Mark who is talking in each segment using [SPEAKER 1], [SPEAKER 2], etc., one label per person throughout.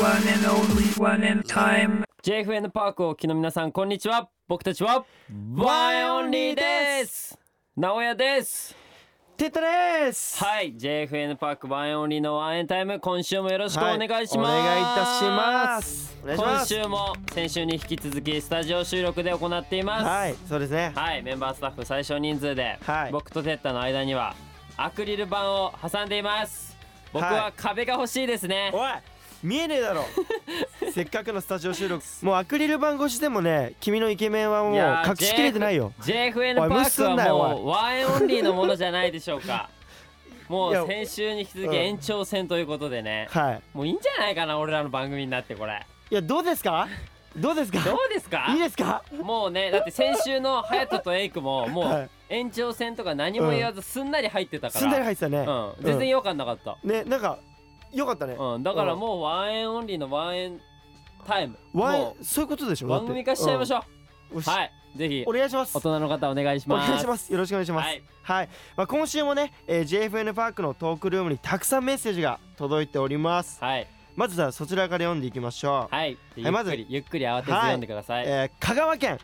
[SPEAKER 1] One and only one and time.
[SPEAKER 2] JFN パークをお聞きの皆さんこんにちは僕たちはワイオンリーです直哉です
[SPEAKER 3] テトです
[SPEAKER 2] はい JFN パークワイオンリーのワンエンタイム今週もよろしくお願いします、
[SPEAKER 3] お願いいたしますお願いし
[SPEAKER 2] 今
[SPEAKER 3] ます
[SPEAKER 2] 週も先週に引き続きスタジオ収録で行っています
[SPEAKER 3] はいそうですね
[SPEAKER 2] はいメンバースタッフ最小人数で、
[SPEAKER 3] はい
[SPEAKER 2] 僕とテッタの間にはアクリル板を挟んでいます僕
[SPEAKER 3] は
[SPEAKER 2] はい壁が欲しいですね、
[SPEAKER 3] おい見えねえだ ろせっかくのスタジオ収録もうアクリル板越しでもね君のイケメンはもう
[SPEAKER 2] いやー
[SPEAKER 3] 隠しきれてないよ
[SPEAKER 2] JFN パ
[SPEAKER 3] おい無視
[SPEAKER 2] ーク
[SPEAKER 3] すんなよ
[SPEAKER 2] はもうワンエンオンリーのものじゃないでしょう かも
[SPEAKER 3] いうや
[SPEAKER 2] 先週に引き続
[SPEAKER 3] うん
[SPEAKER 2] き延長戦ということでね、
[SPEAKER 3] はい
[SPEAKER 2] もういいんじゃないかな俺らの番組になって これ
[SPEAKER 3] いやどうですかどうですか
[SPEAKER 2] どうですか
[SPEAKER 3] いいですか
[SPEAKER 2] もうねだって先週の隼人とエイクもも
[SPEAKER 3] は
[SPEAKER 2] う
[SPEAKER 3] い
[SPEAKER 2] 延長戦とか何も言わずすんなり入ってたから、
[SPEAKER 3] すんなり入ってたね、
[SPEAKER 2] うん、全然違和感なかった、
[SPEAKER 3] ねなんかよかったね、
[SPEAKER 2] うん、だからもうワンエンオンリーのワンエンタイム
[SPEAKER 3] わ
[SPEAKER 2] も
[SPEAKER 3] そういうことでし
[SPEAKER 2] う
[SPEAKER 3] ょ
[SPEAKER 2] 番組化しちゃいまし
[SPEAKER 3] ょ
[SPEAKER 2] ょ
[SPEAKER 3] うん、よ
[SPEAKER 2] う
[SPEAKER 3] し
[SPEAKER 2] はいぜひ
[SPEAKER 3] お願いします
[SPEAKER 2] 大人の方お願いし
[SPEAKER 3] お
[SPEAKER 2] ます
[SPEAKER 3] 願いしますよろしくお願いします
[SPEAKER 2] は
[SPEAKER 3] はいい、まあ、今週もね、えー JFN パークのトークルームにたくさんメッセージが届いております
[SPEAKER 2] はい
[SPEAKER 3] まずはそちらから読んでいきましょう、
[SPEAKER 2] はいゆっ
[SPEAKER 3] ま
[SPEAKER 2] く
[SPEAKER 3] ず
[SPEAKER 2] りゆっくり慌てず読んでください
[SPEAKER 3] えー香川県、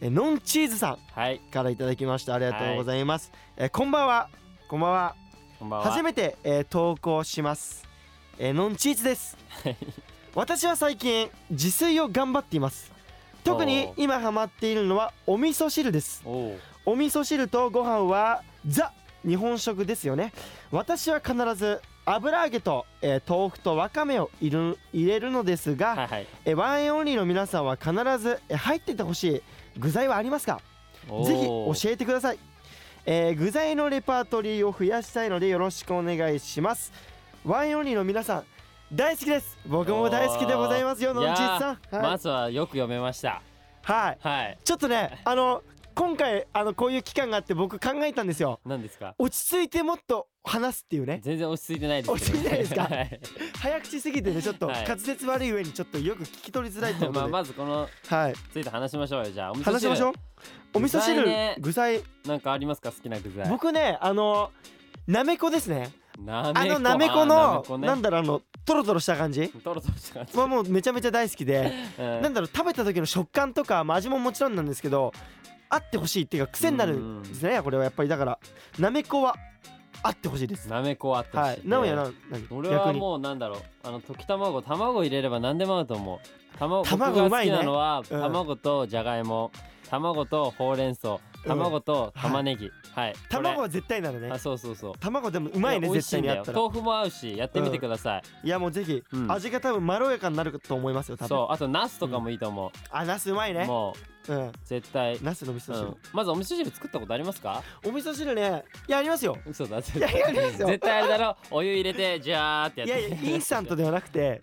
[SPEAKER 3] えーのんチーズさん
[SPEAKER 2] はい、
[SPEAKER 3] からいただきましたありがとうございます、えーこんばんはこんばんは
[SPEAKER 2] こんばんは。
[SPEAKER 3] 初めて、えー投稿します、えーのんちーつ です
[SPEAKER 2] はい
[SPEAKER 3] 私は最近自炊を頑張っています特に
[SPEAKER 2] おー
[SPEAKER 3] 今ハマっているのはお味噌汁です
[SPEAKER 2] おう
[SPEAKER 3] お味噌汁とご飯はザ日本食ですよね私は必ず油揚げと、えー豆腐とわかめを入る入れるのですが、
[SPEAKER 2] はいはい。
[SPEAKER 3] えーワンエンオンリーの皆さんは必ずえー入っててほしい具材はありますかぜひ教えてください、えー具材のレパートリーを増やしたいのでよろしくお願いしますワンエンオンリーの皆さん大好きです僕も大好きでございますよ
[SPEAKER 2] おー
[SPEAKER 3] のんちーさ
[SPEAKER 2] え
[SPEAKER 3] ん、はい
[SPEAKER 2] まずはよく読めました。
[SPEAKER 3] はい
[SPEAKER 2] はい。
[SPEAKER 3] ちょっとねあの今回あのこういう期間があって僕考えたんですよ
[SPEAKER 2] 何ですか。
[SPEAKER 3] 落ち着いてもっと話すっていうね
[SPEAKER 2] 全然落ち着いてないですけど。
[SPEAKER 3] 落ち着いてないですか
[SPEAKER 2] はい
[SPEAKER 3] 早口すぎてねちょっと
[SPEAKER 2] はい
[SPEAKER 3] 滑舌悪い上にちょっとよく聞き取りづらいというこ
[SPEAKER 2] まあ
[SPEAKER 3] とで、
[SPEAKER 2] まずこの
[SPEAKER 3] はい
[SPEAKER 2] ついて話しましょうよじゃあ。お味噌汁
[SPEAKER 3] 話しましょうお味噌汁
[SPEAKER 2] 具材ね
[SPEAKER 3] 具材
[SPEAKER 2] なんかありますか好きな具材。
[SPEAKER 3] 僕ねあのなめこですね
[SPEAKER 2] な
[SPEAKER 3] あ
[SPEAKER 2] めこ
[SPEAKER 3] のなめこのなん
[SPEAKER 2] だ。
[SPEAKER 3] だろうあのトロトロした感じ
[SPEAKER 2] トロトロした感じ。
[SPEAKER 3] はもうめちゃめちゃ大好きで
[SPEAKER 2] うん
[SPEAKER 3] なんだろう食べた時の食感とか、まあ、味ももちろんなんですけどあってほしいっていうか癖になるんですねこれはやっぱりだからなめこはあってほしいです
[SPEAKER 2] なめこあってほしい。
[SPEAKER 3] はいなおやな何
[SPEAKER 2] 俺
[SPEAKER 3] 逆
[SPEAKER 2] は
[SPEAKER 3] に
[SPEAKER 2] もうなんだろうあの溶き卵卵入れれば何でも合うと思う卵
[SPEAKER 3] 卵
[SPEAKER 2] 僕
[SPEAKER 3] う
[SPEAKER 2] が
[SPEAKER 3] ま
[SPEAKER 2] 好
[SPEAKER 3] い
[SPEAKER 2] き
[SPEAKER 3] ね
[SPEAKER 2] なのは、
[SPEAKER 3] うん
[SPEAKER 2] 卵とじゃがいも卵とほうれん草卵と玉ねぎ、はい、これ
[SPEAKER 3] 卵は絶対なのね
[SPEAKER 2] あそうそうそう
[SPEAKER 3] 卵でもうまいね
[SPEAKER 2] や美味
[SPEAKER 3] 絶
[SPEAKER 2] しい
[SPEAKER 3] 対
[SPEAKER 2] ん
[SPEAKER 3] に
[SPEAKER 2] だ
[SPEAKER 3] あ
[SPEAKER 2] よ
[SPEAKER 3] ったら
[SPEAKER 2] 豆腐も合うしやってみてください、
[SPEAKER 3] いやもうぜひ、
[SPEAKER 2] うん
[SPEAKER 3] 味が多分まろやかになると思いますよ多分
[SPEAKER 2] そうあとナスとかもいいと思、
[SPEAKER 3] あナスうまいうね
[SPEAKER 2] も
[SPEAKER 3] うん
[SPEAKER 2] う絶対、
[SPEAKER 3] ナスの味噌
[SPEAKER 2] う
[SPEAKER 3] 汁
[SPEAKER 2] ん、まずお味噌汁作ったことありますか
[SPEAKER 3] お味噌汁ねいやありますよ
[SPEAKER 2] 嘘だ絶
[SPEAKER 3] いやいやありますよ
[SPEAKER 2] 絶対あれだろお湯入れてジャーってやっ
[SPEAKER 3] い
[SPEAKER 2] て
[SPEAKER 3] やいやインスタントではなくて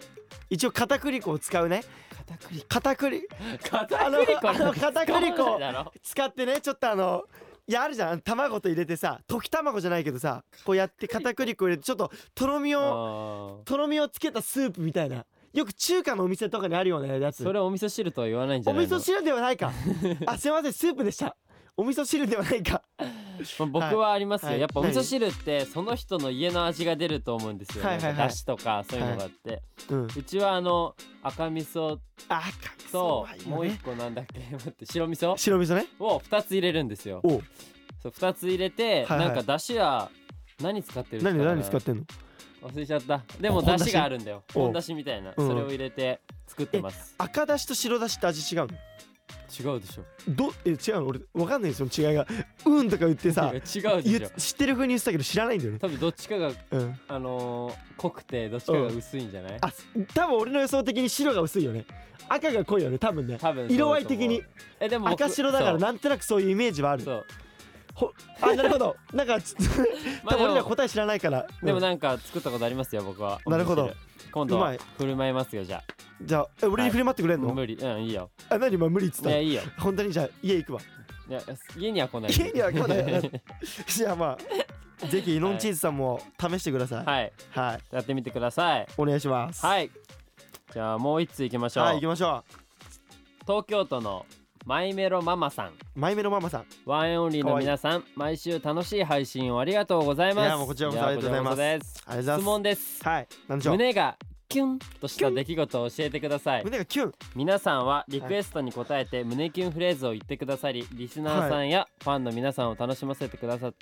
[SPEAKER 3] 一応片栗粉を使うね
[SPEAKER 2] 片栗
[SPEAKER 3] 片栗
[SPEAKER 2] 片栗粉
[SPEAKER 3] あのあの片栗粉
[SPEAKER 2] だろ
[SPEAKER 3] 使ってねちょっとあのいやあるじゃん卵と入れてさ溶き卵じゃないけどさこうやって片栗粉入れてちょっととろみを
[SPEAKER 2] うん
[SPEAKER 3] とろみをつけたスープみたいなよく中華のお店とかにあるようなやつ
[SPEAKER 2] それお味噌汁とは言わないんじ
[SPEAKER 3] お
[SPEAKER 2] ゃない
[SPEAKER 3] 味
[SPEAKER 2] の
[SPEAKER 3] 噌汁ではない かあすいませんスープでしたお味噌汁ではないか
[SPEAKER 2] まあ僕はありますよ、
[SPEAKER 3] はい
[SPEAKER 2] やっぱお味噌汁ってその人の家の味が出ると思うんですよ、
[SPEAKER 3] はい
[SPEAKER 2] ね
[SPEAKER 3] はいはい
[SPEAKER 2] だしとかそういうのがあって、
[SPEAKER 3] うん
[SPEAKER 2] うちはあの赤味噌
[SPEAKER 3] あ
[SPEAKER 2] と
[SPEAKER 3] か
[SPEAKER 2] もう一個なんだっけ待って白味噌
[SPEAKER 3] 白味噌ね
[SPEAKER 2] を2つ入れるんですよ
[SPEAKER 3] おう
[SPEAKER 2] そう2つ入れて、
[SPEAKER 3] はいはい
[SPEAKER 2] なんかだしは何使ってるんです
[SPEAKER 3] 何
[SPEAKER 2] か
[SPEAKER 3] 何使ってんの
[SPEAKER 2] 忘れちゃったでも
[SPEAKER 3] 本
[SPEAKER 2] だ
[SPEAKER 3] 出し
[SPEAKER 2] しがあるんだよ
[SPEAKER 3] お
[SPEAKER 2] 本だしみたいな、
[SPEAKER 3] うん
[SPEAKER 2] それを入れて作ってます
[SPEAKER 3] 赤だしと白だしって味違うの
[SPEAKER 2] 違うでしょ
[SPEAKER 3] どえ違うの俺わかんないよその違いがうんとか言ってさ
[SPEAKER 2] いや違うで
[SPEAKER 3] 言
[SPEAKER 2] しょ
[SPEAKER 3] う知ってる風に言ってたけど知らないんだよね
[SPEAKER 2] 多分どっちかが
[SPEAKER 3] うん
[SPEAKER 2] あのー濃くてどっちかが薄いんじゃない、
[SPEAKER 3] あす多分俺の予想的に白が薄いよね赤が濃いよね多分ね
[SPEAKER 2] 多分そうだと
[SPEAKER 3] 色
[SPEAKER 2] 思う
[SPEAKER 3] 合い的に
[SPEAKER 2] えでも僕
[SPEAKER 3] 赤白だからなんとなくそういうイメージはあ
[SPEAKER 2] そう
[SPEAKER 3] る
[SPEAKER 2] そう
[SPEAKER 3] ほあなるほどなんかちょっと
[SPEAKER 2] まあ
[SPEAKER 3] 多分
[SPEAKER 2] でも
[SPEAKER 3] 俺ら答え知らないから
[SPEAKER 2] でも
[SPEAKER 3] うん
[SPEAKER 2] なんか作ったことありますよ僕は
[SPEAKER 3] なるほど
[SPEAKER 2] お味噌汁今度
[SPEAKER 3] う
[SPEAKER 2] は
[SPEAKER 3] まい
[SPEAKER 2] 振る舞いますよじゃあ
[SPEAKER 3] じゃあえ俺に振り回ってくれんの
[SPEAKER 2] 無理うんいいよ
[SPEAKER 3] あ何今無理っつ
[SPEAKER 2] い
[SPEAKER 3] った
[SPEAKER 2] や
[SPEAKER 3] の
[SPEAKER 2] いいよ
[SPEAKER 3] 本当にじゃあ家行くわ
[SPEAKER 2] いや家には来ない
[SPEAKER 3] 家には来ないよじゃあまあぜひノンチーズさんも試してください
[SPEAKER 2] はい
[SPEAKER 3] はい
[SPEAKER 2] やってみてください
[SPEAKER 3] お願いしますい
[SPEAKER 2] はいじゃあもう一ついきましょう、
[SPEAKER 3] はい行きましょ
[SPEAKER 2] 東京都のマイメロママさん
[SPEAKER 3] うマイメのママさん
[SPEAKER 2] ワンエンオンリーの皆さん毎週楽しい配信をありがとうございます
[SPEAKER 3] いやもうこちらこそありがとうございます
[SPEAKER 2] やこちらこそです
[SPEAKER 3] ありがとうございます
[SPEAKER 2] 質問です
[SPEAKER 3] はい何でしょう
[SPEAKER 2] 胸がキュンとした出来事を教えてください
[SPEAKER 3] 胸がキュン
[SPEAKER 2] 皆さんはリクエストに応えて胸キュンフレーズを言ってくださりリスナーさんやファンの皆さんを楽しませてくださっ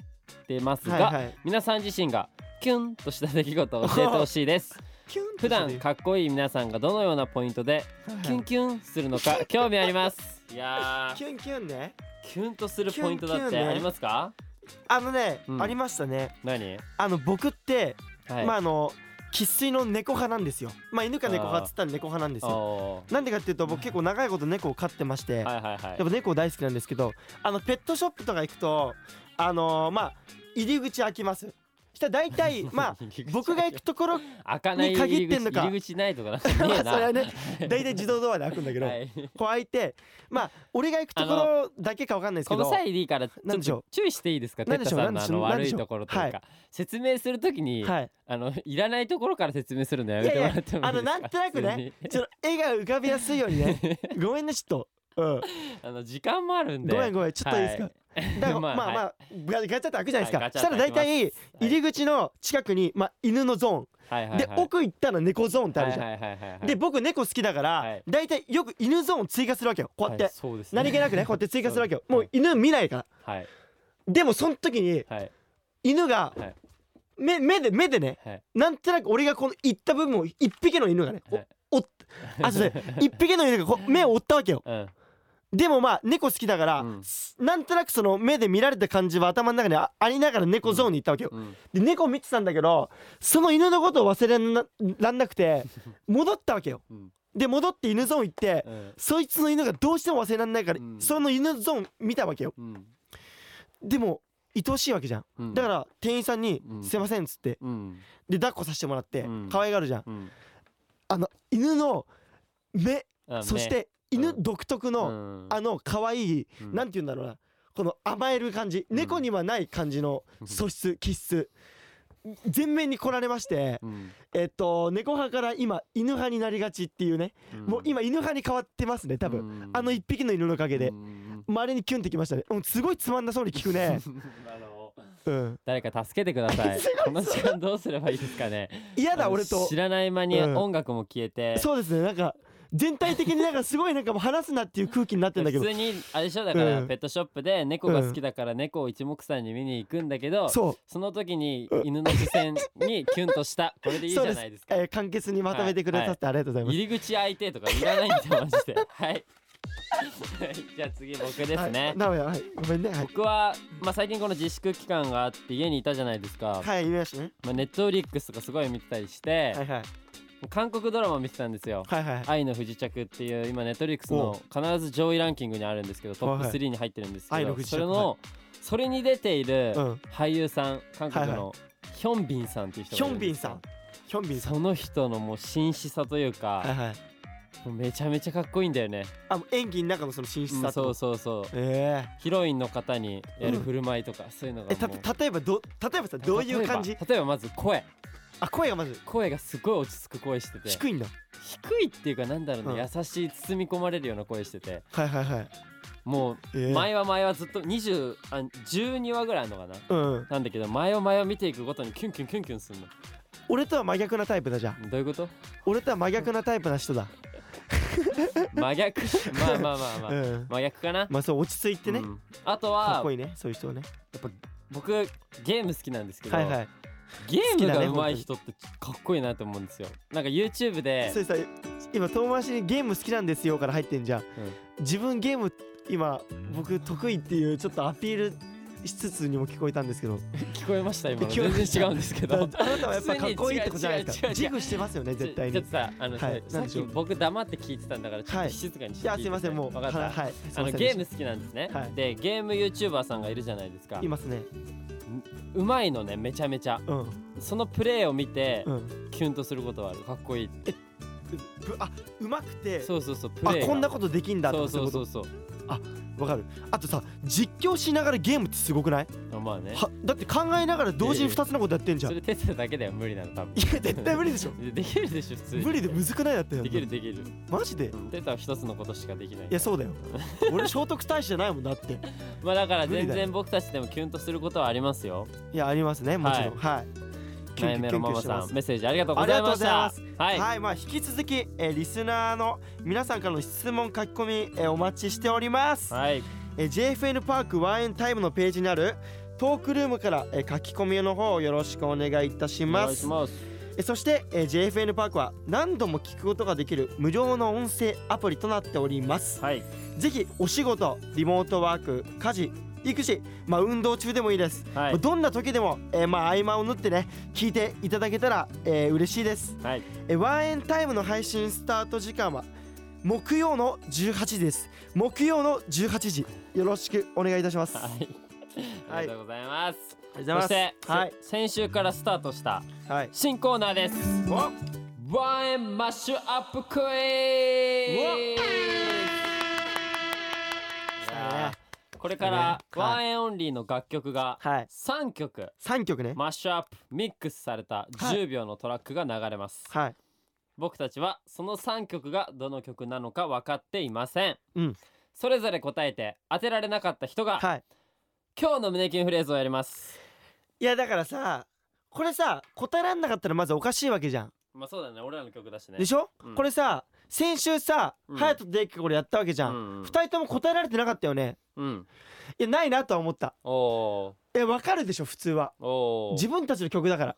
[SPEAKER 2] てますが、
[SPEAKER 3] はいはい
[SPEAKER 2] 皆さん自身がキュンとした出来事を教えてほしいです
[SPEAKER 3] キュンって
[SPEAKER 2] 普
[SPEAKER 3] そ
[SPEAKER 2] 段
[SPEAKER 3] う
[SPEAKER 2] かっこいい皆さんがどのようなポイントで
[SPEAKER 3] いう
[SPEAKER 2] キュンキュンする のか興味ありますいや
[SPEAKER 3] キュンキュンね
[SPEAKER 2] ーキュンとするポイントだっ
[SPEAKER 3] キュンキ
[SPEAKER 2] て
[SPEAKER 3] ュンね
[SPEAKER 2] ありますか
[SPEAKER 3] あのね、
[SPEAKER 2] うん
[SPEAKER 3] ありましたね
[SPEAKER 2] 何
[SPEAKER 3] あの僕って、
[SPEAKER 2] はい、
[SPEAKER 3] まああの生粋の猫派なんですよまあ犬か猫派っつったら猫派なんですよ
[SPEAKER 2] お
[SPEAKER 3] なんでかっていうと僕結構長いこと猫を飼ってまして、
[SPEAKER 2] ーはいはいはい
[SPEAKER 3] やっぱ猫大好きなんですけどあのペットショップとか行くとあのーまあ入り口開きますしたら大 体まあ僕が行くところあ
[SPEAKER 2] あ 開かな い入り
[SPEAKER 3] に限って
[SPEAKER 2] 口
[SPEAKER 3] んのか
[SPEAKER 2] 入り口ないとかなんか ね
[SPEAKER 3] そ
[SPEAKER 2] え
[SPEAKER 3] れ
[SPEAKER 2] な
[SPEAKER 3] は ね大体自動ドアで開くんだけど、
[SPEAKER 2] はい
[SPEAKER 3] こう開いてまあ俺が行くところだけかわかんないですけ
[SPEAKER 2] こ
[SPEAKER 3] ど
[SPEAKER 2] の際でいいからち
[SPEAKER 3] な
[SPEAKER 2] ょ
[SPEAKER 3] ん
[SPEAKER 2] っ
[SPEAKER 3] でしょう
[SPEAKER 2] と注意していいですか
[SPEAKER 3] なん
[SPEAKER 2] テッ
[SPEAKER 3] で
[SPEAKER 2] タ
[SPEAKER 3] しょう
[SPEAKER 2] さんの
[SPEAKER 3] なん
[SPEAKER 2] あ
[SPEAKER 3] でしょうなんで
[SPEAKER 2] の悪い
[SPEAKER 3] しょう
[SPEAKER 2] ところという
[SPEAKER 3] は
[SPEAKER 2] か説明するときに
[SPEAKER 3] はい
[SPEAKER 2] あのいらないところから説明するのや
[SPEAKER 3] い
[SPEAKER 2] め
[SPEAKER 3] やい
[SPEAKER 2] てもら
[SPEAKER 3] や
[SPEAKER 2] ってもいいですか
[SPEAKER 3] あのなんとなくねちょっと絵が浮かびやすいようにね ごめんねちょっと、うん、
[SPEAKER 2] 普 通にあの時間もあるんで
[SPEAKER 3] ごめんごめんちょっといいですか、
[SPEAKER 2] はい
[SPEAKER 3] だからまあ
[SPEAKER 2] まあ
[SPEAKER 3] まあ、
[SPEAKER 2] は
[SPEAKER 3] ガチャって開くじゃないですか、
[SPEAKER 2] はいガチ
[SPEAKER 3] し
[SPEAKER 2] ャ
[SPEAKER 3] たら
[SPEAKER 2] ッと
[SPEAKER 3] 大体
[SPEAKER 2] 開きます
[SPEAKER 3] 入り口の近くに、まあ、犬のゾ
[SPEAKER 2] はい
[SPEAKER 3] ーン、
[SPEAKER 2] はいはい
[SPEAKER 3] で奥行ったら猫ゾーンってあるじゃん、
[SPEAKER 2] はいはいはいはい
[SPEAKER 3] で僕猫好きだから、
[SPEAKER 2] はい
[SPEAKER 3] 大体よく犬ゾーンを追加するわけよこうやって、
[SPEAKER 2] はいそうですね
[SPEAKER 3] 何気 なくねこうやって追加するわけよ
[SPEAKER 2] そう
[SPEAKER 3] もう犬見ないから
[SPEAKER 2] はい
[SPEAKER 3] でもその時に
[SPEAKER 2] はい
[SPEAKER 3] 犬が、
[SPEAKER 2] はい
[SPEAKER 3] 目目で目でね
[SPEAKER 2] はい
[SPEAKER 3] なんとなく俺がこの行った部分を一匹の犬がね、
[SPEAKER 2] はい
[SPEAKER 3] おおっ あそうね一匹の犬がこう目を追ったわけよ
[SPEAKER 2] うん
[SPEAKER 3] でもまあ猫好きだから、
[SPEAKER 2] うん
[SPEAKER 3] なんとなくその目で見られた感じは頭の中にあありながら猫ゾーンに行ったわけよ、
[SPEAKER 2] うん
[SPEAKER 3] で猫見てたんだけどその犬のことを忘れならんなく て戻ったわけよ
[SPEAKER 2] うん
[SPEAKER 3] で戻って犬ゾーン行って、
[SPEAKER 2] うん
[SPEAKER 3] そいつの犬がどうしても忘れられないから、
[SPEAKER 2] うん
[SPEAKER 3] その犬ゾーン見たわけよ
[SPEAKER 2] うん
[SPEAKER 3] でも愛おしいわけじゃん、
[SPEAKER 2] うん
[SPEAKER 3] だから店員さんに「
[SPEAKER 2] うん
[SPEAKER 3] すいません」っつって
[SPEAKER 2] うん
[SPEAKER 3] で抱っこさせてもらって、
[SPEAKER 2] うん
[SPEAKER 3] 可愛がるじゃん
[SPEAKER 2] うん
[SPEAKER 3] あの犬の目
[SPEAKER 2] あ
[SPEAKER 3] そし
[SPEAKER 2] ね
[SPEAKER 3] て犬
[SPEAKER 2] うん
[SPEAKER 3] 独特
[SPEAKER 2] う
[SPEAKER 3] の、
[SPEAKER 2] ん
[SPEAKER 3] あの可愛い、
[SPEAKER 2] うん
[SPEAKER 3] なんて言うんだろうなこの甘える感じ、
[SPEAKER 2] うん
[SPEAKER 3] 猫にはない感じの
[SPEAKER 2] うん
[SPEAKER 3] 素質気質全面に来られまして、
[SPEAKER 2] うん
[SPEAKER 3] えっと猫派から今犬派になりがちっていうね、
[SPEAKER 2] うん
[SPEAKER 3] もう今犬派に変わってますね多分、
[SPEAKER 2] うん
[SPEAKER 3] あの一匹の犬のおかげで、
[SPEAKER 2] うん
[SPEAKER 3] 周りにキュンってきましたね、うん、すごいつまんなそうに聞くね
[SPEAKER 2] あの
[SPEAKER 3] うん
[SPEAKER 2] 誰か助けてくだ さいこの時間どうすればいいですかね
[SPEAKER 3] 嫌
[SPEAKER 2] あ
[SPEAKER 3] だ
[SPEAKER 2] の
[SPEAKER 3] 俺と
[SPEAKER 2] 知らない間に
[SPEAKER 3] うん
[SPEAKER 2] 音楽も消えて、
[SPEAKER 3] そうですねなんか全体的になんかすごいなんかもう話すなっていう空気になってんだけ
[SPEAKER 2] 普
[SPEAKER 3] ど
[SPEAKER 2] 通にあれでしょだから、
[SPEAKER 3] うん
[SPEAKER 2] ペットショップで猫が好きだから猫を一目散に見に行くんだけど、そ
[SPEAKER 3] そう
[SPEAKER 2] の時に
[SPEAKER 3] うん
[SPEAKER 2] 犬の視線にキュンとしたこれでいいじゃないですか
[SPEAKER 3] えー簡潔にまとめてくださってありがとうございます、
[SPEAKER 2] 入り口開いてとかいらないんでマジ ではいじゃあ次僕ですね、
[SPEAKER 3] はい、なおやはいごめんねはい
[SPEAKER 2] 僕は、まあ、最近この自粛期間があって家にいたじゃないですか、
[SPEAKER 3] はい見ましたね
[SPEAKER 2] まあ、ネットフリックスとかすごい見てたりして、
[SPEAKER 3] はいはい
[SPEAKER 2] 韓国ドラマ見てたんですよ、
[SPEAKER 3] はいはい
[SPEAKER 2] 愛の不時着っていう今ネットリックス
[SPEAKER 3] お
[SPEAKER 2] の必ず上位ランキングにあるんですけどト
[SPEAKER 3] はい
[SPEAKER 2] ッ
[SPEAKER 3] はい
[SPEAKER 2] プ3に入ってるんですけ
[SPEAKER 3] 愛の
[SPEAKER 2] ど
[SPEAKER 3] 不時着
[SPEAKER 2] それのそれに出ている
[SPEAKER 3] うん
[SPEAKER 2] 俳優さん韓国
[SPEAKER 3] はいは
[SPEAKER 2] のヒョンビンさんっていう人
[SPEAKER 3] ヒ
[SPEAKER 2] が
[SPEAKER 3] ョ
[SPEAKER 2] いる
[SPEAKER 3] ン
[SPEAKER 2] んで
[SPEAKER 3] ビン
[SPEAKER 2] すけ
[SPEAKER 3] さ
[SPEAKER 2] ど
[SPEAKER 3] んヒョンビンさん
[SPEAKER 2] その人のもう紳士さという
[SPEAKER 3] はい
[SPEAKER 2] か
[SPEAKER 3] はい
[SPEAKER 2] もうめちゃめちゃかっこいいんだよね
[SPEAKER 3] あもう演技の中のその進出
[SPEAKER 2] うん
[SPEAKER 3] さ
[SPEAKER 2] そう
[SPEAKER 3] と
[SPEAKER 2] そうそう
[SPEAKER 3] え
[SPEAKER 2] ヒロインの方にやる振る舞いとかそういうの
[SPEAKER 3] ええた
[SPEAKER 2] がもう
[SPEAKER 3] 例えばど例えばさどういう感
[SPEAKER 2] 例
[SPEAKER 3] じ
[SPEAKER 2] えば例えばまず声
[SPEAKER 3] あ声がまず
[SPEAKER 2] 声がすごい落ち着く声してて
[SPEAKER 3] 低いんだ
[SPEAKER 2] 低いっていうかなんだろうね
[SPEAKER 3] う
[SPEAKER 2] 優しい包み込まれるような声してて
[SPEAKER 3] はいはいはい
[SPEAKER 2] もう
[SPEAKER 3] えー
[SPEAKER 2] 前は前はずっと20あ12話ぐらいあるのかな
[SPEAKER 3] うん
[SPEAKER 2] なんだけど前を前を見ていくごとにキュンキュンキュンキュンするの
[SPEAKER 3] 俺とは真逆なタイプだじゃん
[SPEAKER 2] どういうこと
[SPEAKER 3] 俺とは真逆なタイプな人だ
[SPEAKER 2] 真逆 まあまあまあまあ、
[SPEAKER 3] うん
[SPEAKER 2] 真逆かな、
[SPEAKER 3] まあそう落ち着いてね
[SPEAKER 2] うんあと
[SPEAKER 3] かっ
[SPEAKER 2] は
[SPEAKER 3] こいいねそういう人はね
[SPEAKER 2] 僕ゲーム好きなんですけど、
[SPEAKER 3] はいはい
[SPEAKER 2] ゲーム
[SPEAKER 3] 好きだ
[SPEAKER 2] が
[SPEAKER 3] ね
[SPEAKER 2] 上手い人ってかっこいいなと思うんですよなんか YouTube で
[SPEAKER 3] それさ今遠回しにゲーム好きなんですよから入ってんじゃん、自分ゲーム今僕得意っていうちょっとアピールしつつにも聞こえたんですけど
[SPEAKER 2] 聞こえました今の
[SPEAKER 3] 聞こえま
[SPEAKER 2] 全
[SPEAKER 3] した
[SPEAKER 2] 然違うんですけ
[SPEAKER 3] だあ
[SPEAKER 2] ど
[SPEAKER 3] なたはやっぱかっこいいってことじゃないですか
[SPEAKER 2] 普通に違う違う違う違う
[SPEAKER 3] 自負してますよね絶対
[SPEAKER 2] ちょ
[SPEAKER 3] に
[SPEAKER 2] ちょっとさあの、
[SPEAKER 3] はい
[SPEAKER 2] さ
[SPEAKER 3] な
[SPEAKER 2] っ
[SPEAKER 3] んでし
[SPEAKER 2] き
[SPEAKER 3] ょう
[SPEAKER 2] 僕黙って聞いてたんだからちょっ
[SPEAKER 3] は
[SPEAKER 2] と
[SPEAKER 3] い
[SPEAKER 2] 静かにし
[SPEAKER 3] い
[SPEAKER 2] て聞い
[SPEAKER 3] や
[SPEAKER 2] て
[SPEAKER 3] すいませんもう
[SPEAKER 2] 分かった、
[SPEAKER 3] ははいすい
[SPEAKER 2] あ
[SPEAKER 3] ません
[SPEAKER 2] のゲーム好きなんですね、
[SPEAKER 3] はい
[SPEAKER 2] でゲーム YouTuber さんがいるじゃないですか
[SPEAKER 3] いますね
[SPEAKER 2] うまいのねめちゃめちゃ
[SPEAKER 3] うん
[SPEAKER 2] そのプレーを見て
[SPEAKER 3] うん
[SPEAKER 2] キュンとすることはあるかっこいいって
[SPEAKER 3] ぶあうまくて
[SPEAKER 2] そうそうそうプ
[SPEAKER 3] あ
[SPEAKER 2] レーが
[SPEAKER 3] こんなことできんだと
[SPEAKER 2] そ
[SPEAKER 3] か
[SPEAKER 2] う
[SPEAKER 3] そういうう
[SPEAKER 2] そそ
[SPEAKER 3] こ
[SPEAKER 2] うそう
[SPEAKER 3] とわかるあとさ実況しながらゲームってすごくない
[SPEAKER 2] あまあね
[SPEAKER 3] はだって考えながら同時に2つのことやってんじゃ
[SPEAKER 2] そ
[SPEAKER 3] んい
[SPEAKER 2] れテストだけでは無理なの多分
[SPEAKER 3] や絶対無理でしょ
[SPEAKER 2] でできるでしょ普通に
[SPEAKER 3] 無理でむずくないだって
[SPEAKER 2] できるできる
[SPEAKER 3] マジで
[SPEAKER 2] テストは一つのことしかできない
[SPEAKER 3] いやそうだよ俺聖徳太子じゃないもんだって
[SPEAKER 2] まあだから
[SPEAKER 3] 無理
[SPEAKER 2] 全
[SPEAKER 3] だよ
[SPEAKER 2] 然僕たちでもキュンとすることはありますよ
[SPEAKER 3] いやありますねもちろんはい、キュ
[SPEAKER 2] な
[SPEAKER 3] ン
[SPEAKER 2] い
[SPEAKER 3] キュ
[SPEAKER 2] め
[SPEAKER 3] ンキュ
[SPEAKER 2] の
[SPEAKER 3] ンキュ
[SPEAKER 2] マ
[SPEAKER 3] ンし
[SPEAKER 2] マ
[SPEAKER 3] て
[SPEAKER 2] さ
[SPEAKER 3] ま
[SPEAKER 2] ん
[SPEAKER 3] す
[SPEAKER 2] メッセージありがとうございました
[SPEAKER 3] ありがとう
[SPEAKER 2] は、
[SPEAKER 3] はいい、まあ引き続き、えーリスナーの皆さんからの質問書き込み、えーお待ちしております、
[SPEAKER 2] はい、
[SPEAKER 3] えー JFN パークワンエンタイムのページにあるトークルームから、えー書き込みの方をよろしくお願いいたし
[SPEAKER 2] お
[SPEAKER 3] ま
[SPEAKER 2] 願い
[SPEAKER 3] す
[SPEAKER 2] します
[SPEAKER 3] えーそして、えー JFN パークは何度も聞くことができる無料の音声アプリとなっております
[SPEAKER 2] はい
[SPEAKER 3] ぜひお仕事リモートワーク家事育児、まあ、運動中でもいいです、
[SPEAKER 2] はい
[SPEAKER 3] どんな時でも、えーまあ、合間を縫ってね聞いていただけたら、えー嬉しいです
[SPEAKER 2] はい
[SPEAKER 3] えーワンエンタイムの配信スタート時間は木曜の18時です木曜の18時よろしくお願いいたします、
[SPEAKER 2] はいあ
[SPEAKER 3] はい
[SPEAKER 2] りがとうございます、
[SPEAKER 3] ありがとうご
[SPEAKER 2] そし
[SPEAKER 3] ざい
[SPEAKER 2] て、
[SPEAKER 3] ますはい
[SPEAKER 2] せ先週からスタートした
[SPEAKER 3] はい
[SPEAKER 2] 新コーナーですワンエンマッシュアップクイズいやーこれから
[SPEAKER 3] ねはい
[SPEAKER 2] ワンエンオンリーの楽曲が
[SPEAKER 3] はい
[SPEAKER 2] 3曲
[SPEAKER 3] 3曲ね
[SPEAKER 2] マッシュアップミックスされた
[SPEAKER 3] はい
[SPEAKER 2] 10秒のトラックが流れます、
[SPEAKER 3] はい
[SPEAKER 2] 僕たちはその3曲がどの曲なのか分かっていません、
[SPEAKER 3] うん
[SPEAKER 2] それぞれ答えて当てられなかった人が、
[SPEAKER 3] はい
[SPEAKER 2] 今日の胸キュンフレーズをやります
[SPEAKER 3] いやだからさこれさ答えられなかったらまずおかしいわけじゃん
[SPEAKER 2] まあそうだね俺らの曲だしね
[SPEAKER 3] でしょ、
[SPEAKER 2] うん
[SPEAKER 3] これさ先週さ
[SPEAKER 2] うん
[SPEAKER 3] 隼人とデイキがこれやったわけじ
[SPEAKER 2] う
[SPEAKER 3] ゃん、
[SPEAKER 2] んうん
[SPEAKER 3] 二2人とも答えられてなかったよね
[SPEAKER 2] うん
[SPEAKER 3] いやないなとは思った
[SPEAKER 2] お
[SPEAKER 3] えわかるでしょ普通は
[SPEAKER 2] ーおー
[SPEAKER 3] 自分たちの曲だから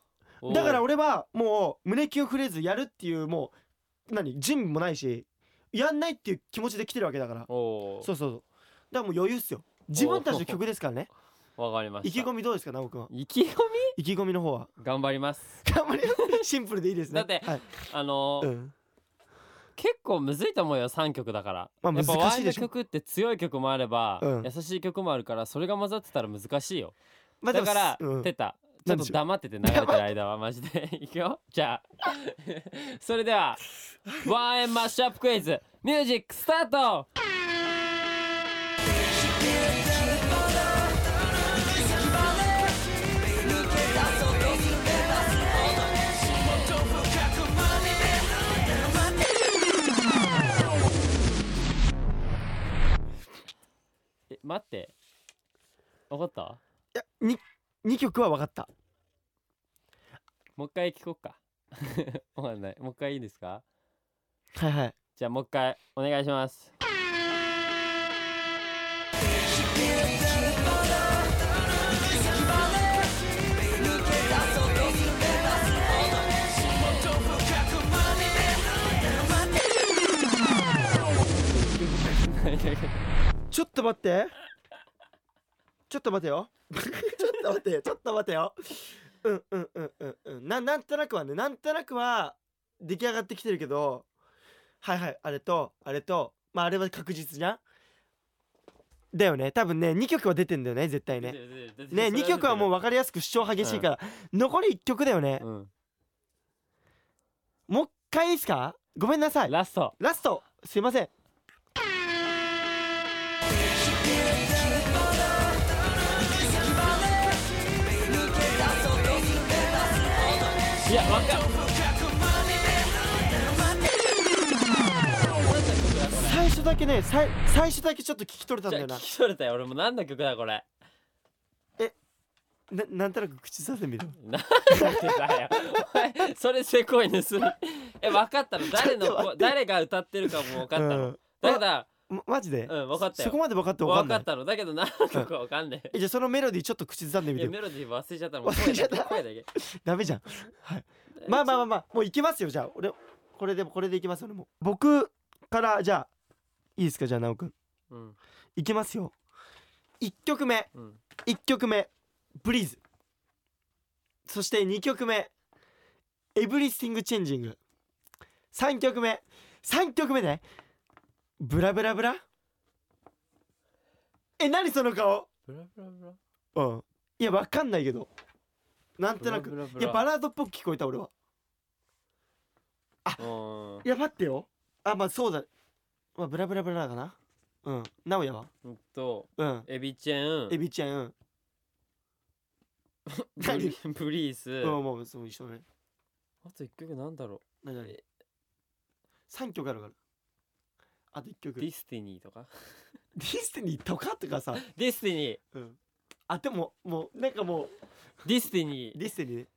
[SPEAKER 3] だから
[SPEAKER 2] おー
[SPEAKER 3] 俺はもう胸キュンフレーズやるっていうもう何準備もないしやんないっていう気持ちで来てるわけだから
[SPEAKER 2] お
[SPEAKER 3] そうそうそうだからもう余裕っすよ自分たちの曲ですからね
[SPEAKER 2] おわかりました
[SPEAKER 3] 意気込みどうですか直くんは
[SPEAKER 2] 意気込
[SPEAKER 3] 意気込みの方は
[SPEAKER 2] み頑張ります
[SPEAKER 3] 頑張り シンプルでいいですね
[SPEAKER 2] だって
[SPEAKER 3] はい
[SPEAKER 2] あのー
[SPEAKER 3] うん、
[SPEAKER 2] 結構むずいと思うよ3曲だから、
[SPEAKER 3] まあ
[SPEAKER 2] やっぱ
[SPEAKER 3] 難
[SPEAKER 2] ワ
[SPEAKER 3] し
[SPEAKER 2] イ
[SPEAKER 3] い
[SPEAKER 2] ンの
[SPEAKER 3] でしょ
[SPEAKER 2] 曲って強い曲もあれば、
[SPEAKER 3] うん
[SPEAKER 2] 優しい曲もあるからそれが混ざってたら難しいよ
[SPEAKER 3] まあで
[SPEAKER 2] だ
[SPEAKER 3] も
[SPEAKER 2] から、
[SPEAKER 3] うん
[SPEAKER 2] てたち
[SPEAKER 3] 何
[SPEAKER 2] ょ
[SPEAKER 3] で
[SPEAKER 2] っと
[SPEAKER 3] しょう
[SPEAKER 2] 黙ってて流れてる間はマジで いくよじゃあそれではワンエンマッシュアップクイズミュージックスタートえ待って分かった
[SPEAKER 3] いやに二曲は分かった
[SPEAKER 2] もう一回聞こっか。 わかんない。もう一回いいですか
[SPEAKER 3] はいはい
[SPEAKER 2] じゃあもう一回お願いします。
[SPEAKER 3] ちょっと待ってちょっと待てよ ちょっと待てよちょっと待てようんうんうんうんうんななんとなくはねなんとなくは出来上がってきてるけどはいはいあれとあれとまああれは確実じゃんだよね多分ね2曲は出てんだよね絶対ねね2曲はもう分かりやすく主張激しいから、残り1曲だよね
[SPEAKER 2] う、ん、
[SPEAKER 3] もう一回いいですかごめんなさい
[SPEAKER 2] ラスト。
[SPEAKER 3] ラストすいません
[SPEAKER 2] いや、わかる。
[SPEAKER 3] 最初だけねさい最初だけちょっと聞き取れたん
[SPEAKER 2] じ
[SPEAKER 3] だよな
[SPEAKER 2] ゃあ聞き取れたよ。俺も何の曲だこれ。
[SPEAKER 3] ななんとなく口させてみる
[SPEAKER 2] な んでだよ。お前それせこい盗み。え、わかったの。誰の
[SPEAKER 3] ちょっと待
[SPEAKER 2] こ
[SPEAKER 3] って
[SPEAKER 2] 誰が歌ってるかもわかった
[SPEAKER 3] う
[SPEAKER 2] の。
[SPEAKER 3] ん
[SPEAKER 2] 誰だ。
[SPEAKER 3] まマジで、
[SPEAKER 2] うんわかったよ
[SPEAKER 3] そこまで分かって分か
[SPEAKER 2] わ
[SPEAKER 3] ん
[SPEAKER 2] か
[SPEAKER 3] ない
[SPEAKER 2] ったの。だけど何の曲かわかんね
[SPEAKER 3] えじゃあそのメロディーちょっと口ずさんで
[SPEAKER 2] え。
[SPEAKER 3] み
[SPEAKER 2] い
[SPEAKER 3] てよ
[SPEAKER 2] や、メロディー忘れちゃったの。もう
[SPEAKER 3] 忘れちゃった
[SPEAKER 2] 声だけ。
[SPEAKER 3] ダメじゃ ん、はい、まあまあまあまあもういきますよじゃあ俺これでこれでいきます俺も僕からじゃあいいですかじゃあ直くん
[SPEAKER 2] うん。
[SPEAKER 3] いきますよ1曲目
[SPEAKER 2] うん。
[SPEAKER 3] 1曲目「ブリーズ」そして2曲目「エブリスティング・チェンジング」3曲目3曲目ね「ブラブラブラ」え何その顔
[SPEAKER 2] ブラブラブラ。
[SPEAKER 3] うんいやわかんないけどなんとなく
[SPEAKER 2] ブラブラブ
[SPEAKER 3] い
[SPEAKER 2] ラ
[SPEAKER 3] やバラードっぽく聞こえた俺は
[SPEAKER 2] うん。
[SPEAKER 3] いや待ってよあまあそうだまあブラブラブラかなうん直哉は
[SPEAKER 2] うんと
[SPEAKER 3] うん
[SPEAKER 2] エビチェ
[SPEAKER 3] エ
[SPEAKER 2] ン
[SPEAKER 3] ビちゃんうん
[SPEAKER 2] ブリブリース、
[SPEAKER 3] うんもうそう一緒だね
[SPEAKER 2] あと一曲なんだろ
[SPEAKER 3] 何
[SPEAKER 2] う
[SPEAKER 3] 何
[SPEAKER 2] え
[SPEAKER 3] 3曲あるからあと1曲
[SPEAKER 2] ディスティニーとか
[SPEAKER 3] ディスティニーとかとかさ、
[SPEAKER 2] ディスティニ
[SPEAKER 3] うん、あでももうなんかも
[SPEAKER 2] ーディスティニ
[SPEAKER 3] う
[SPEAKER 2] ー
[SPEAKER 3] ディスティニーね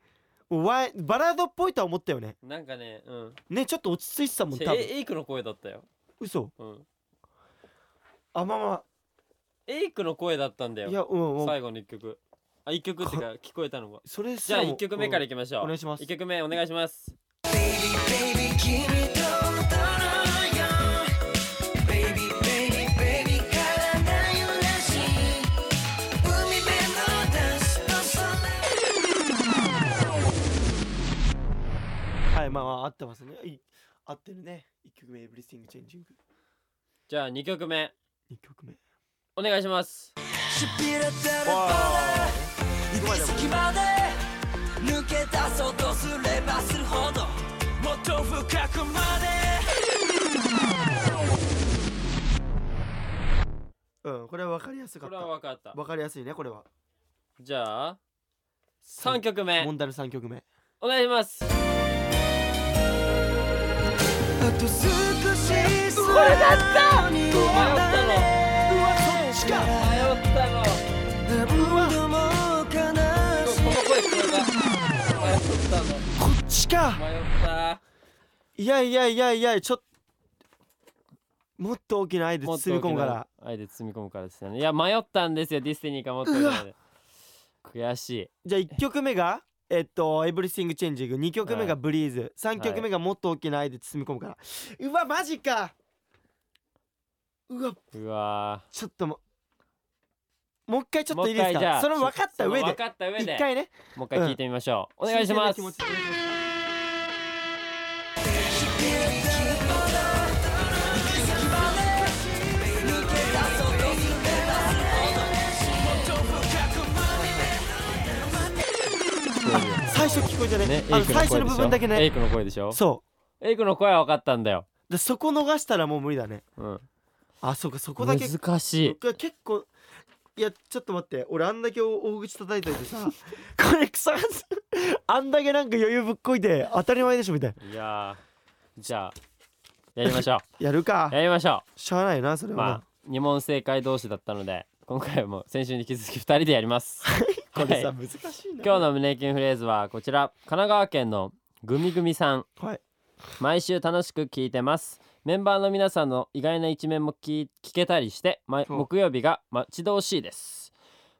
[SPEAKER 3] おわいバラードっぽいとは思ったよね
[SPEAKER 2] なんかねうん
[SPEAKER 3] ねちょっと落ち着いてたもん
[SPEAKER 2] ち
[SPEAKER 3] 多
[SPEAKER 2] ょ
[SPEAKER 3] 分
[SPEAKER 2] エイクの声だったよ
[SPEAKER 3] 嘘
[SPEAKER 2] うん
[SPEAKER 3] あまあま
[SPEAKER 2] エイクの声だったんだ
[SPEAKER 3] あ
[SPEAKER 2] よ
[SPEAKER 3] いやうんうん
[SPEAKER 2] 最後の一曲あ一曲ってか聞こえたのが
[SPEAKER 3] それ
[SPEAKER 2] じゃあ一曲目からいきましょう、
[SPEAKER 3] お願いします
[SPEAKER 2] 一曲目お願いします
[SPEAKER 3] はいまあまあ合ってますねい合ってるね一曲目エブリスティングチェンジング
[SPEAKER 2] じゃあ二曲目
[SPEAKER 3] 二曲目
[SPEAKER 2] お願いします
[SPEAKER 3] わあ
[SPEAKER 4] 意識まで抜け出そうとすればするほどもっと深くま
[SPEAKER 3] うんこれは分かりやすか
[SPEAKER 2] こ
[SPEAKER 3] っ
[SPEAKER 2] れは
[SPEAKER 3] た
[SPEAKER 2] 分かった
[SPEAKER 3] 分かりやすいねこれは
[SPEAKER 2] じゃあ三曲目
[SPEAKER 3] 問題の三曲目
[SPEAKER 2] お願いします
[SPEAKER 4] であと少しす
[SPEAKER 2] これだった迷ったの
[SPEAKER 3] うわそっちか
[SPEAKER 2] 迷ったの
[SPEAKER 4] 何度も悲し
[SPEAKER 2] この声聞こえた迷ったの
[SPEAKER 3] こっちか
[SPEAKER 2] 迷った
[SPEAKER 3] いやいやいやいやちょっもっと大きな愛で
[SPEAKER 2] もっと
[SPEAKER 3] 包み込むから
[SPEAKER 2] 沖縄愛で包み込むからですよねいや迷ったんですよディスティニーかもってるので悔しい
[SPEAKER 3] じゃあ1曲目がえっと「エブリスティング・チェンジング」2曲目が「ブリーズ」3曲目が「もっと大きな愛で包み込むから」うわマジかうわ
[SPEAKER 2] うわー
[SPEAKER 3] ちょっとももう一回ちょっといい
[SPEAKER 2] もう
[SPEAKER 3] です
[SPEAKER 2] 一回じゃ
[SPEAKER 3] か
[SPEAKER 2] あ
[SPEAKER 3] その分かった上
[SPEAKER 2] 分
[SPEAKER 3] で
[SPEAKER 2] かった上で
[SPEAKER 3] 一回ね
[SPEAKER 2] もう一回聞いてみましょう、お願いしま
[SPEAKER 3] 真剣な
[SPEAKER 2] す
[SPEAKER 3] 気持ちで最初聞こえたね
[SPEAKER 2] ね
[SPEAKER 3] あの
[SPEAKER 2] エイク
[SPEAKER 3] 最初
[SPEAKER 2] の声
[SPEAKER 3] の
[SPEAKER 2] で
[SPEAKER 3] 部
[SPEAKER 2] し
[SPEAKER 3] 分
[SPEAKER 2] ょ
[SPEAKER 3] だけ
[SPEAKER 2] エ
[SPEAKER 3] ね
[SPEAKER 2] イクの声でしょ
[SPEAKER 3] そ
[SPEAKER 2] エイクの声は分かったんだよ、
[SPEAKER 3] うでそこ逃したらもう無理だね
[SPEAKER 2] うん、
[SPEAKER 3] あそうかそこだけ
[SPEAKER 2] 難しい
[SPEAKER 3] 僕は結構いやちょっと待って俺あんだけ大口叩いといてさこれ草が あんだけなんか余裕ぶっこいて当たり前でしょみたい
[SPEAKER 2] いやーじゃあやりましょ
[SPEAKER 3] やるか
[SPEAKER 2] う やりましょ
[SPEAKER 3] しゃあないなそれ
[SPEAKER 2] う
[SPEAKER 3] はな、
[SPEAKER 2] まあ二問正解同士だったので今回も先週に引き続き二人でやります
[SPEAKER 3] これさ、
[SPEAKER 2] はい
[SPEAKER 3] 難しいな
[SPEAKER 2] 今日の胸キュンフレーズはこちら神奈川県のぐみぐみさん
[SPEAKER 3] はい
[SPEAKER 2] 毎週楽しく聞いてますメンバーの皆さんの意外な一面も聞聞けたりして、ま、
[SPEAKER 3] お
[SPEAKER 2] 木曜日が待ち遠しいです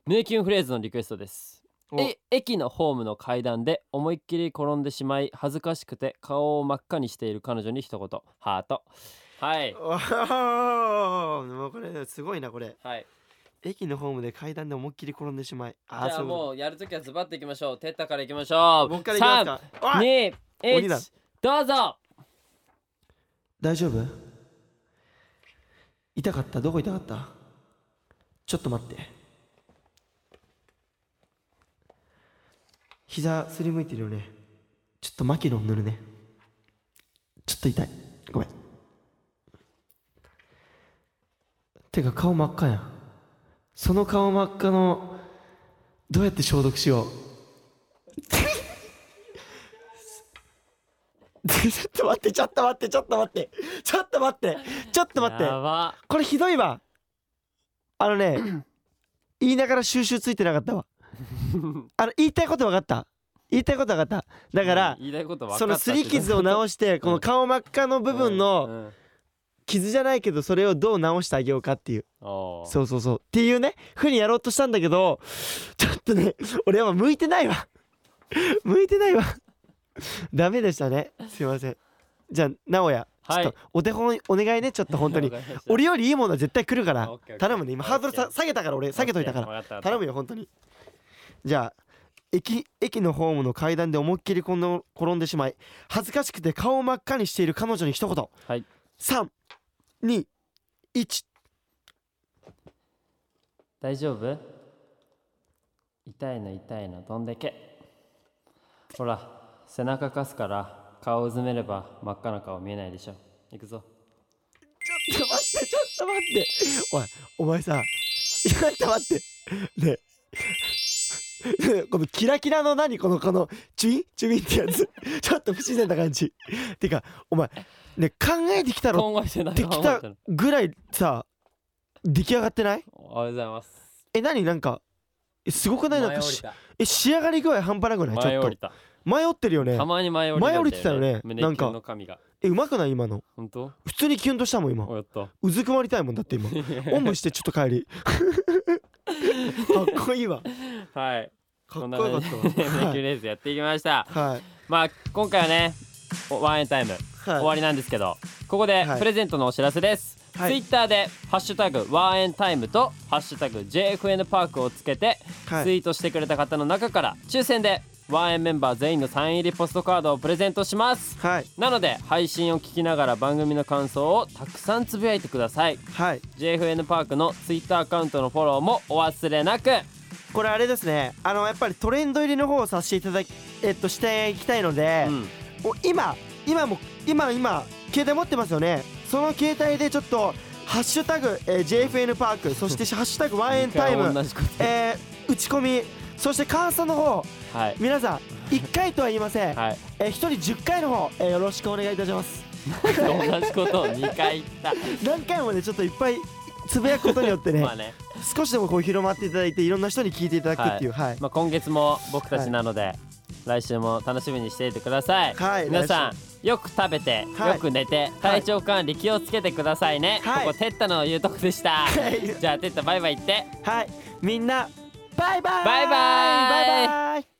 [SPEAKER 2] 胸キュンフレーズのリクエストです
[SPEAKER 3] お
[SPEAKER 2] え駅のホームの階段で思いっきり転んでしまい恥ずかしくて顔を真っ赤にしている彼女に一言ハートはい
[SPEAKER 3] おー もうこれすごいなこれ
[SPEAKER 2] はい
[SPEAKER 3] 駅のホームで階段で思いっきり転んでしまい
[SPEAKER 2] じゃあ
[SPEAKER 3] そう
[SPEAKER 2] もうやるときはズバッといきましょうテッタからいきましょう
[SPEAKER 3] もう一回いきますかおい
[SPEAKER 2] 3 2
[SPEAKER 3] 鬼だ
[SPEAKER 2] 1どうぞ
[SPEAKER 3] 大丈夫痛かったどこ痛かったちょっと待って膝すりむいてるよねちょっとマキロン塗るねちょっと痛いごめんてか顔真っ赤やんその顔真っ赤のどうやって消毒しよう ちょっと待ってちょっと待ってちょっと待ってちょっと待ってちょっと待って
[SPEAKER 2] やば
[SPEAKER 3] これひどいわあのね言いながら収集ついてなかったわあの言いたいこと分かった言いたいこと分かっただから、
[SPEAKER 2] 言いたいこと分かった
[SPEAKER 3] そのすり傷を治してこの顔真っ赤の部分
[SPEAKER 2] う
[SPEAKER 3] の
[SPEAKER 2] んうん
[SPEAKER 3] 傷じゃないけどそれをどう治してあげようかっていう
[SPEAKER 2] おー
[SPEAKER 3] そうそうそうっていうねふうにやろうとしたんだけどちょっとね俺は向いてないわ向いてないわダメでしたねすいませんじゃあ直哉ちょ
[SPEAKER 2] は
[SPEAKER 3] っ
[SPEAKER 2] い
[SPEAKER 3] とお手本お願いねちょっと本当に
[SPEAKER 2] わかりました
[SPEAKER 3] 俺よりいいものは絶対来るか
[SPEAKER 2] あ
[SPEAKER 3] ら
[SPEAKER 2] オッケーオッケー
[SPEAKER 3] 頼むね今ハードル
[SPEAKER 2] オッ
[SPEAKER 3] さ
[SPEAKER 2] ケ
[SPEAKER 3] 下げたから俺下げといたから
[SPEAKER 2] わったわかった
[SPEAKER 3] 頼むよ本当にじゃあ駅駅のホームの階段で思いっきりこの転んでしまい恥ずかしくて顔を真っ赤にしている彼女に一言
[SPEAKER 2] はい
[SPEAKER 3] 321
[SPEAKER 2] 大丈夫痛いの痛いのどんでけほら背中かすから顔をうずめれば真っ赤な顔見えないでしょ行くぞ
[SPEAKER 3] ちょっと待ってちょっと待っておいお前さちょっと待ってねえねえこのキラキラの何このこのチュインチュインってやつちょっと不自然な感じてかお前ね考えてきたろ
[SPEAKER 2] 今後してなん
[SPEAKER 3] で
[SPEAKER 2] か
[SPEAKER 3] き
[SPEAKER 2] 思ったたの
[SPEAKER 3] ぐらいさ出来上がってない
[SPEAKER 2] おはようございます
[SPEAKER 3] え何なんかえすごくないなん
[SPEAKER 2] 前
[SPEAKER 3] か
[SPEAKER 2] 降り
[SPEAKER 3] したえ仕上がり具合半端なくないち
[SPEAKER 2] 前
[SPEAKER 3] ょ
[SPEAKER 2] 降
[SPEAKER 3] っ
[SPEAKER 2] り
[SPEAKER 3] と
[SPEAKER 2] た
[SPEAKER 3] 迷ってるよね
[SPEAKER 2] たまに前降り
[SPEAKER 3] 前降りてたよね
[SPEAKER 2] 胸
[SPEAKER 3] な
[SPEAKER 2] キ
[SPEAKER 3] んか
[SPEAKER 2] ュンの髪が
[SPEAKER 3] えうまくない今の
[SPEAKER 2] 本当
[SPEAKER 3] 普通にキュンとしたもん今
[SPEAKER 2] おやった
[SPEAKER 3] うずくまりたいもんだっ て今おんぶしてちょっと帰りかっこいいわ
[SPEAKER 2] はい
[SPEAKER 3] かっこ
[SPEAKER 2] ん
[SPEAKER 3] よか
[SPEAKER 2] な感
[SPEAKER 3] っ
[SPEAKER 2] じ
[SPEAKER 3] た
[SPEAKER 2] で
[SPEAKER 3] わ
[SPEAKER 2] ね メイクレースやっていきました
[SPEAKER 3] はい
[SPEAKER 2] まあ今回はねおワンエンタイム
[SPEAKER 3] はい
[SPEAKER 2] 終わりなんですけどここで
[SPEAKER 3] はい
[SPEAKER 2] プレゼントのお知らせです、
[SPEAKER 3] はい
[SPEAKER 2] Twitter で「ハッシュタグワンエンタイム」と「ハッシュタグ #JFN パーク」をつけて
[SPEAKER 3] はい
[SPEAKER 2] ツイートしてくれた方の中から抽選でワンエンメンバー全員のサイン入りポストカードをプレゼントします
[SPEAKER 3] はい
[SPEAKER 2] なので配信を聞きながら番組の感想をたくさんつぶやいてください
[SPEAKER 3] はい
[SPEAKER 2] JFN パークの Twitter アカウントのフォローもお忘れなく
[SPEAKER 3] これあれですねあのやっぱりトレンド入りの方をさせていただきえっとしていきたいので、
[SPEAKER 2] うん
[SPEAKER 3] お今今も今今携帯持ってますよねその携帯でちょっと「ハッシュタグ、えー JFN パー ク」そして「ハッシュタグワンエンタイ
[SPEAKER 2] 二回同
[SPEAKER 3] ム
[SPEAKER 2] じこと」、
[SPEAKER 3] えー打ち込みそして感想の方
[SPEAKER 2] はい
[SPEAKER 3] 皆さ ん1回とは言いません、
[SPEAKER 2] はい
[SPEAKER 3] えー、1人10回の方、えーよろしくお願いいたします
[SPEAKER 2] 同じことを2回言った
[SPEAKER 3] 何回もねちょっといっぱいつぶやくことによってね,、
[SPEAKER 2] まあね、
[SPEAKER 3] 少しでもこう広まっていただいていろんな人に聞いていただくっていうはい、
[SPEAKER 2] まあ、今月も僕たちなので、来週も楽しみにしていてください、
[SPEAKER 3] はい
[SPEAKER 2] 皆さんよく食べて、
[SPEAKER 3] はい
[SPEAKER 2] よく寝て体調管理気をつけてくださいね、
[SPEAKER 3] はい
[SPEAKER 2] ここテッタの言うとこでした、
[SPEAKER 3] い
[SPEAKER 2] じゃあテッタバイバイ言って
[SPEAKER 3] はい、みんなバイバイ
[SPEAKER 2] バイバイ
[SPEAKER 3] バイバイ